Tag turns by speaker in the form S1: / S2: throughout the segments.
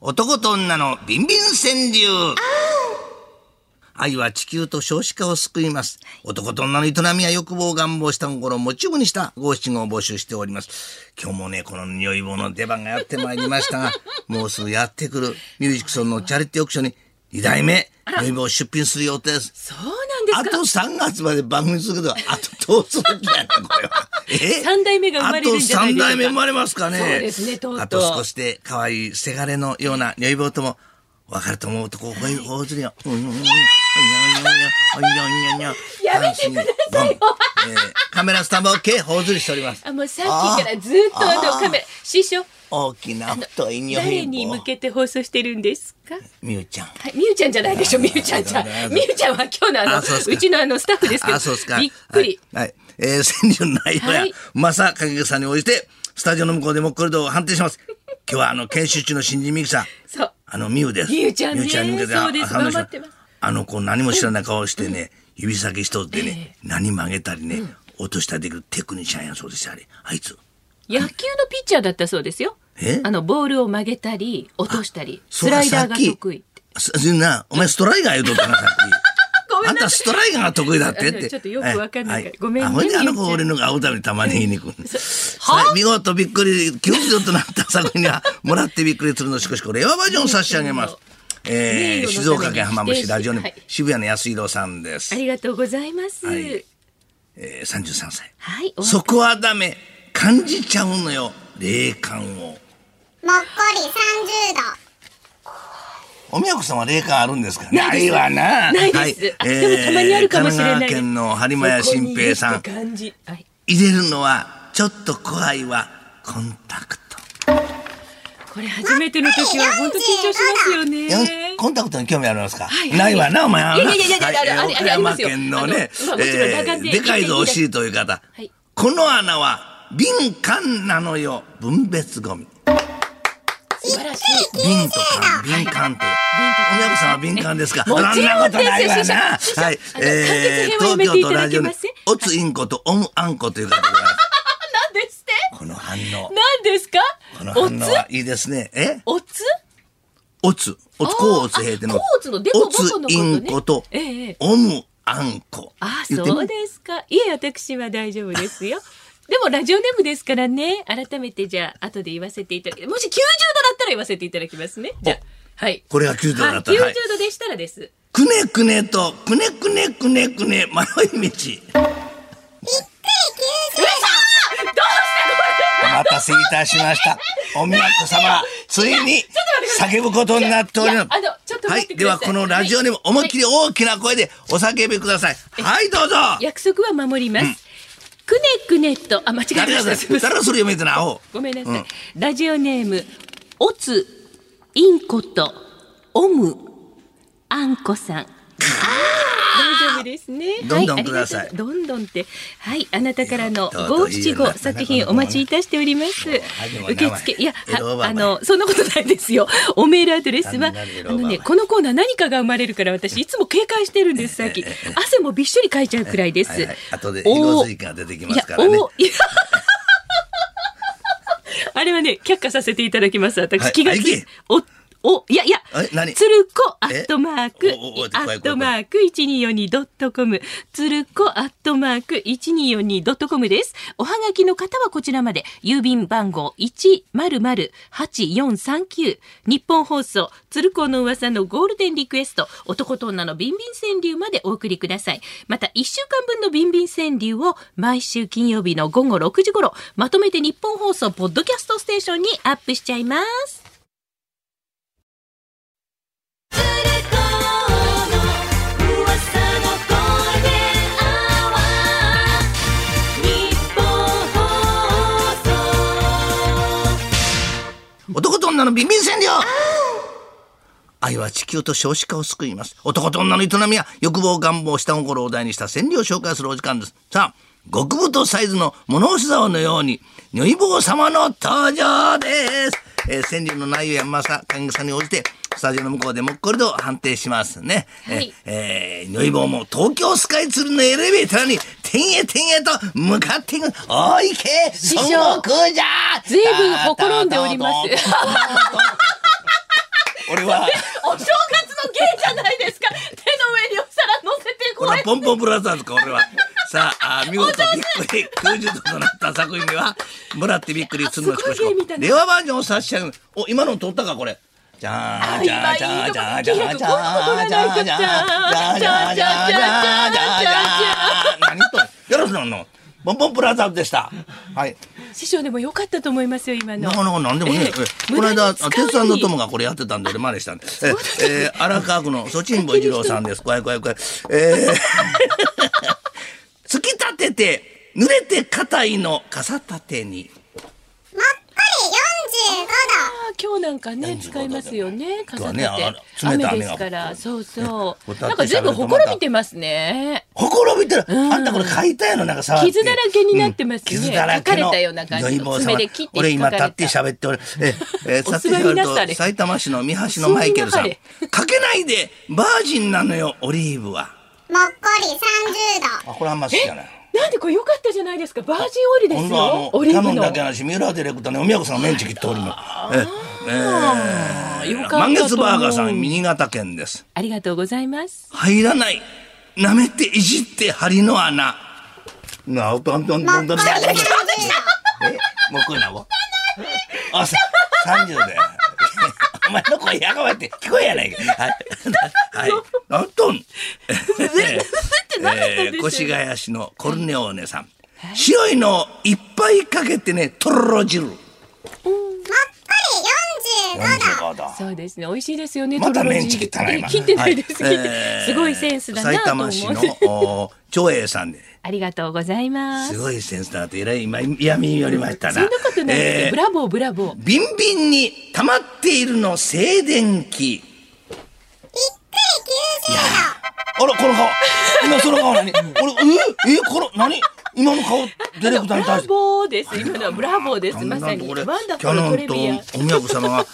S1: 男と女のビンビン川柳。愛は地球と少子化を救います。男と女の営みや欲望、願望、下心をモチーフにした五七五を募集しております。今日もね、この匂い棒の出番がやってまいりましたが、もうすぐやってくるミュージックソンのチャリティーオークションに、二代目、匂い棒を出品する予定です。
S2: そうなんです
S1: あ
S2: か
S1: と3月まで番組続けたら、あとどうするんだよ、これは。え
S2: 三代目が生まれるんじゃないですか
S1: あと3代目生まれますかね。
S2: そうですねとうとう
S1: あと少しで可愛いせがれのような女房とも、わかると思うとこ、こういう頬ずりが。うんうんうんうん
S2: やめてくださいよ
S1: うんえーカメラスタンバー OK、頬ずりしております。
S2: あもうさっきからずっとあの
S1: あー
S2: カメラ師匠
S1: 大きな太い女
S2: 誰に向けて放送してるんですか
S1: みゆちゃん。
S2: はい、みゆちゃんじゃないでしょ、みゆちゃんじゃ
S1: あー。
S2: みゆちゃんは今日のあの、
S1: あそうですか
S2: うちのあのスタッフですけど。
S1: あ、そうですか。
S2: びっくり。
S1: はい。はいえー、川柳の内容
S2: は
S1: や
S2: い、
S1: まさかげさんに応じて、スタジオの向こうでもっこり度を判定します。今日はあの、研修中の新人ミキさん、
S2: そう。
S1: あの、みゆです。
S2: みゆちゃんね
S1: みゆに向けて
S2: そうです
S1: あ判定し
S2: 頑張ってます
S1: あの子何も知らない顔をしてね、指先一つでね、何曲げたりね、落としたりできるテクニシャンやそうですよ、あれ。あいつ。
S2: 野球のピッチャーだったそうですよ
S1: え。
S2: あの、ボールを曲げたり、落としたり、
S1: そ
S2: ス
S1: うか
S2: ライダーが
S1: さっき
S2: 得意って。
S1: すすんな、お前ストライガー言うとったな、さっき。
S2: ごめ
S1: あ
S2: ん
S1: ん
S2: なさ
S1: た
S2: い。
S1: ストライガーが得意だってっ
S2: あ
S1: て。
S2: のちょっとよくわかんないからごめんね
S1: あ、ほんであの
S2: みゆ
S1: 子
S2: ちゃん
S1: 俺のが会うために玉ねぎに行 くん
S2: は
S1: 見事びっくり、急遽となった作品には、もらってびっくりするのしこしこ、令和バージョンを差し上げます。え
S2: 名誉のため
S1: ー、
S2: に
S1: 静岡県浜松市ラジオネーム
S2: はい
S1: 渋谷の安弘さんです
S2: あ。りがとうございます。は
S1: はいい。えー、33歳。
S2: お
S1: そこはダメ。感じちゃうのよ。霊感を。
S3: もっこり30度。
S1: お宮子さんは霊感あるんですかね。
S2: ないです
S1: わな。
S2: ないですあでもたまにあるかもしれない
S1: 神奈川県の播磨屋新平さん
S2: そ。こにいるって感じ。はい。
S1: 入れるのは、ちょっと怖いわ。コンタクト。
S2: これ初めての時は本当緊張しますよね
S1: よん。コンタクトに興味ありますか、
S2: いはい
S1: ないわな、お前はな。
S2: いやいやいやいや
S1: はい
S2: あるあるあ
S1: 岡
S2: りま
S1: 山
S2: すよ
S1: 県
S2: あ
S1: のね
S2: のまあ、もちろん
S1: え
S2: 裸眼
S1: ー
S2: で
S1: でかいぞ惜しいという方、
S2: はい
S1: この穴は敏感なのよ。分別ゴミ。
S2: 素晴らしい。
S1: 敏とか敏感という。おみやこさんは敏感ですか
S2: もちろんですよ
S1: そんなことないわな。
S2: 師匠師匠
S1: はい。
S2: あの完結編はやめていただけません
S1: オツインコとオムアンコという方が、
S2: なんですって
S1: この反 応。
S2: なんですか
S1: この
S2: お
S1: 反応
S2: つ
S1: はいいですね。え
S2: おつ
S1: オツ、オツ、コウオツヘイテの
S2: あ甲乙のデコボコのことね
S1: オツインコと
S2: ええ、
S1: オムアンコ。
S2: あ、
S1: 言ってみ
S2: そうですか。いえ、私は大丈夫です よ。でもラジオネームですからね。改めてじゃあ、後で言わせていただき、もし90度だったら言わせていただきますね。じゃあ、はい。
S1: これが90度だった
S2: はい
S1: ら。は
S2: 90
S1: い
S2: 度でしたらです。
S1: くねくねと、くねくねくねくね、迷い道。
S2: どうしてこ
S1: お待たせいたし ました。おみやこ様、ついに叫ぶことになっております。
S2: いやあのちょっと
S1: は
S2: 待っ
S1: い。
S2: て
S1: で
S2: ください
S1: は、このラジオにも思いっきり大きな声でお叫びください。はい、どうぞ
S2: れ約束は守ります。くねくねと、あ、間違えま
S1: 誰
S2: した。
S1: が
S2: すいま
S1: 誰
S2: せん
S1: がそれ読めてな、アホ。
S2: ごめんなさい。
S1: うん
S2: ラジオネーム、おつ、インコと、オム、あんこさん。大丈夫ですね。
S1: どんどんください
S2: ありがとうどんどんって、はい、あなたからの
S1: いやどうぞ
S2: 五
S1: いい
S2: 七
S1: よ
S2: 五
S1: な
S2: 作品お待ちいたしております
S1: う初め。は
S2: 受付、いや、
S1: エローバー
S2: はあの、そんなことないですよ。おメールアドレスは、
S1: 単なるエロ
S2: あ
S1: ーバー
S2: のね、このコーナー何かが生まれるから、私いつも警戒してるんです、さっき。汗もびっしょりかいちゃうくらいです。
S1: はいはい後で色づいが出てきますから
S2: い
S1: ね
S2: や。おいや あれはね、却下させていただきます。私、
S1: はい
S2: 気がつ
S1: あいけ
S2: お、お、いやいや
S1: え、何
S2: つるこア
S1: え
S2: ットマーク、
S1: おおお
S2: ア
S1: 怖い怖い怖い
S2: ットマーク 1242.com、つるこアットマーク 1242.com です。おはがきの方はこちらまで、郵便番号100-8439、日本放送、つるこの噂のゴールデンリクエスト、男と女のビンビン川柳までお送りください。また、1週間分のビンビン川柳を毎週金曜日の午後6時頃、まとめて日本放送、ポッドキャストステーションにアップしちゃいます。
S1: 男と女のビンビン占領愛は地球と少子化を救います。男と女の営みや欲望、願望、下心を題にした占領を紹介するお時間です。さあ、極太サイズの物干し竿のように、女医坊様の登場です。えー、川柳の内容やまさ、関係さんに応じて、スタジオの向こうでもっこりと判定しますね。
S2: はい
S1: えー、えー、女医坊も東京スカイツリーのエレベーターに、てんえてんえと向かっていく。おいけ
S2: 師匠
S1: 孫悟空じゃ
S2: ずいぶんほころんでおります
S1: たたたたたポンポンブラザーズか俺はさああ見事びっくり90度となった作品には「もらってびっくりすんのしこし
S2: すごい
S1: こ
S2: ねみたい」な
S1: 令和バージョンを差し上げるお今の撮ったかこれじゃーじゃーじゃーじゃーじゃーじゃーじゃーじゃーじゃーじゃーじゃーじゃーじゃーじゃー何とよろしくのポンポンブラザーズでしたはい
S2: 師匠でも良かったと思いますよ今の。
S1: なかなか何でもね、え
S2: え
S1: えこの間、
S2: 無駄
S1: あ
S2: に使う
S1: 鉄
S2: に
S1: 腕の友がこれやってたんで、俺真似した んで、えええー荒川区のソチンボ一郎さんです。怖い怖い怖い。え ー、突き立てて、濡れて硬いの傘立てに。
S3: もっこり45度。
S2: あ今日なんかね使いますよね
S1: 今日
S2: 傘
S1: はね
S2: 立て
S1: あの冷
S2: 雨
S1: たい雨
S2: で
S1: が
S2: すからそうそ
S1: え
S2: う
S1: え
S2: なんかずいぶんほころびてますね
S1: ほころびてる。
S2: ん
S1: あんたこれ書いたやろ、なんか触って。
S2: 傷だらけになってますね
S1: 傷だらけの
S2: 書かれたような感じの
S1: 如意棒様
S2: 爪で切って
S1: 俺
S2: 引っか
S1: 今
S2: かれ
S1: 立
S2: た
S1: って喋って、俺、え、え、
S2: お座
S1: 立って
S2: りなさ
S1: 喋
S2: れ
S1: ると、埼玉市の三橋のマイケルさん。
S2: お座
S1: か
S2: り
S1: けないで、バージンなのよ、オリーブは。
S3: もっこり30度。
S1: あ、これあんま好きじゃない。
S2: なんでこれ良かったじゃないですかバージンオイルで
S1: 今
S2: す
S1: 度はあ
S2: よ
S1: の
S2: オリー
S1: カ
S2: ブ
S1: ノン
S2: の
S1: だけなし三浦ディレクターねお宮子さんのメンチ切っております。え
S2: あー
S1: え
S2: よかったと思う
S1: 満月バーガーさん新潟県です。
S2: ありがとうございます
S1: 入らない舐めていじって針の穴。なあどんどんどんどんどんどんどんどん。
S3: もっ
S1: えもう
S3: こり30度。
S1: 来いなお。あさ三十だよ。 お前の声やがまって聞こえやないか。はいはい。なんとん。
S2: って何だったんでしょうね
S1: 越谷市のコルネオーネさん。白いのをいっぱいかけてねとろろ汁。
S3: もっこり45度。
S1: 45度
S2: そうですね美味しいですよね
S1: また
S2: トロロ
S1: メ
S2: ジ
S1: ン
S2: ー
S1: チ切ったな今
S2: 切ってないです、
S1: は
S2: 切って
S1: えー
S2: すごいセンスだな
S1: 埼
S2: と思う
S1: 玉市のお長英さんで
S2: ありがとうございますす
S1: ごいセンスだなとえらい今嫌味によりましたな
S2: そんなことないですよ、
S1: えー
S2: ブラボーブラボー
S1: ビンビンに溜まっているの静電気あらこの顔今その顔何俺ええこの何今の顔ディレクターに
S2: ブ
S1: 対
S2: ラ
S1: して
S2: ボーです今のはブラボーですまさに
S1: こ
S2: ワ
S1: れ
S2: ンダ
S1: キ
S2: フ
S1: ャ
S2: ル
S1: ノ
S2: ト
S1: ン
S2: レ
S1: と
S2: ビア
S1: お宮子様が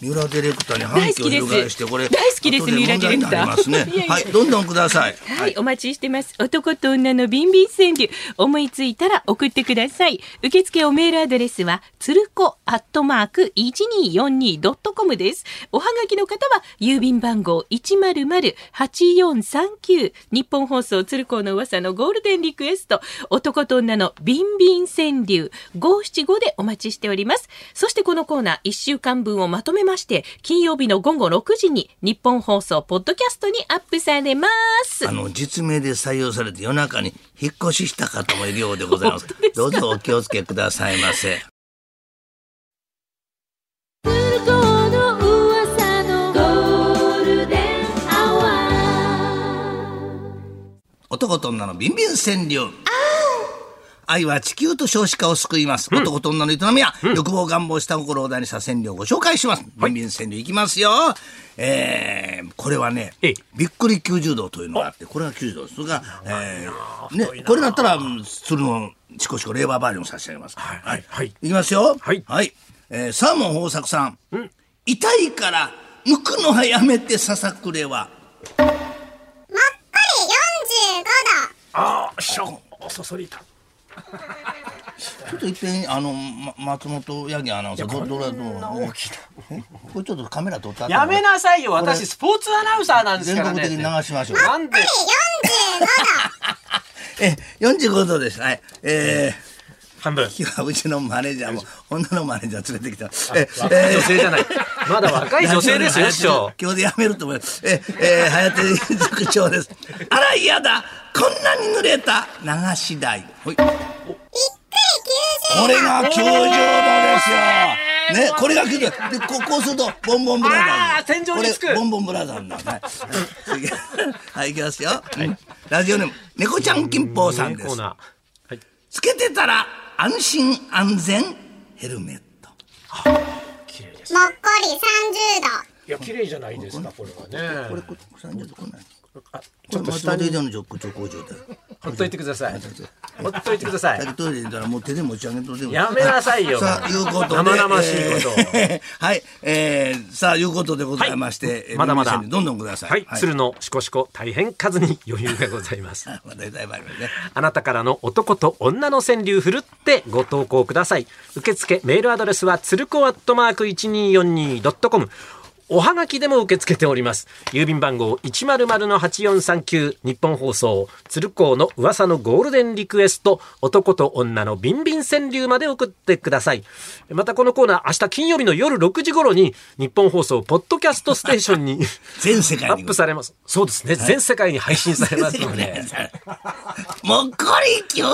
S1: 三浦ディレクターに反響を翻してこれ
S2: 大好きです
S1: 後問題になりますね
S2: 三浦ディレクターいやいや
S1: はいどんどんください
S2: はい、お待ちしてます。男と女のビンビン川柳。思いついたら送ってください。受付おメールアドレスは、つるこアットマーク 1242.com です。おはがきの方は、郵便番号100-8439。日本放送つるこの噂のゴールデンリクエスト。男と女のビンビン川柳。575でお待ちしております。そしてこのコーナー、1週間分をまとめまして、金曜日の午後6時に、日本放送ポッドキャストにアップされます。
S1: あの実名で採用されて夜中に引っ越しした方もいるようでございます。どうぞお気をつけくださいませ。男と女のビンビン川柳。愛は地球と少子化を救います。男と女の営みや、欲望願望した心を大にした川柳をご紹介します。ビンビン川柳いきますよ。えー、これはね、
S4: ええ
S1: びっくり90度というのがあって、これが90度。それが、えー、ね、これだったら、うんその、シコシコレーバーバージョン差し上げます。
S4: はいはいはい
S1: いきますよ。
S4: はい
S1: えーサーモン豊作さん。痛いから、剥くのはやめて、ささくれは。
S3: もっこり45度。
S4: ああ、しょ、おそそりた。
S1: ちょっといっぺん、あの、ま、松本八木アナウンサー、ど、どれ、どう
S4: 大きな。
S1: これちょっとカメラ撮った後
S4: やめなさいよ、
S1: これ
S4: 私スポーツアナウンサーなんです
S1: 全
S4: から
S1: 国
S4: ね。
S1: 的に流しましょう。
S4: なんで、
S1: え、45度です。はい。えー
S4: 半分。
S1: 今日はうちのマネージャーも女のマネージャー連れてきた。
S4: 若い女性じゃない。まだ若い女性ですよ、師匠。
S1: 今日でやめると思います。え、えー、早手塾長です。あら、嫌だ。こんなに濡れた流し台。ほい。これが90度ですよ。ね、これが90度。で、ここうすると、ボンボンブラザーズ。
S4: あー天井につく
S1: これボンボンブラザーズなんだ。はい。次 はい、いきますよ。うんラジオネーム、猫ちゃん金峰さんで
S4: コー
S1: す。
S4: ナー。はい。
S1: つけてたら、安心安全、ヘルメット。
S4: 綺麗です。
S3: もっこり30度。
S4: いや、綺麗じゃないですか、これは
S1: これ、
S4: ね。
S1: これ、三十度こない。
S4: あ
S1: ち
S4: ち
S1: ょっ
S4: ょっ
S1: と
S4: と
S1: 下
S4: 下
S1: で
S4: に
S1: の直直行上だ。
S4: ほっといてください。ほっといてくださ
S1: さっ
S4: い。
S1: きトイレにいたら、もう手で持ち上げとでも。
S4: やめなさいよ。
S1: さあ、いうことで。
S4: 生々しいことを。
S1: えー はい、えー、さあ、いうことでございまして、えー
S4: まだまだ
S1: 皆さんにどんどんください。。
S4: はい、鶴のしこしこ大変数に余裕がございます
S1: 話題大バイバルね。
S4: あなたからの男と女の川柳ふるってご投稿ください。受付メールアドレスはつるこアットマーク 1242.com。おはがきでも受け付けております。郵便番号100-8439日本放送鶴光の噂のゴールデンリクエスト男と女のビンビン川柳まで送ってください。またこのコーナー明日金曜日の夜6時頃に日本放送ポッドキャストステーションに
S1: 全世界
S4: ア
S1: に
S4: ップされます。そうですね。 全世界に配信されますので。
S1: もっこり90度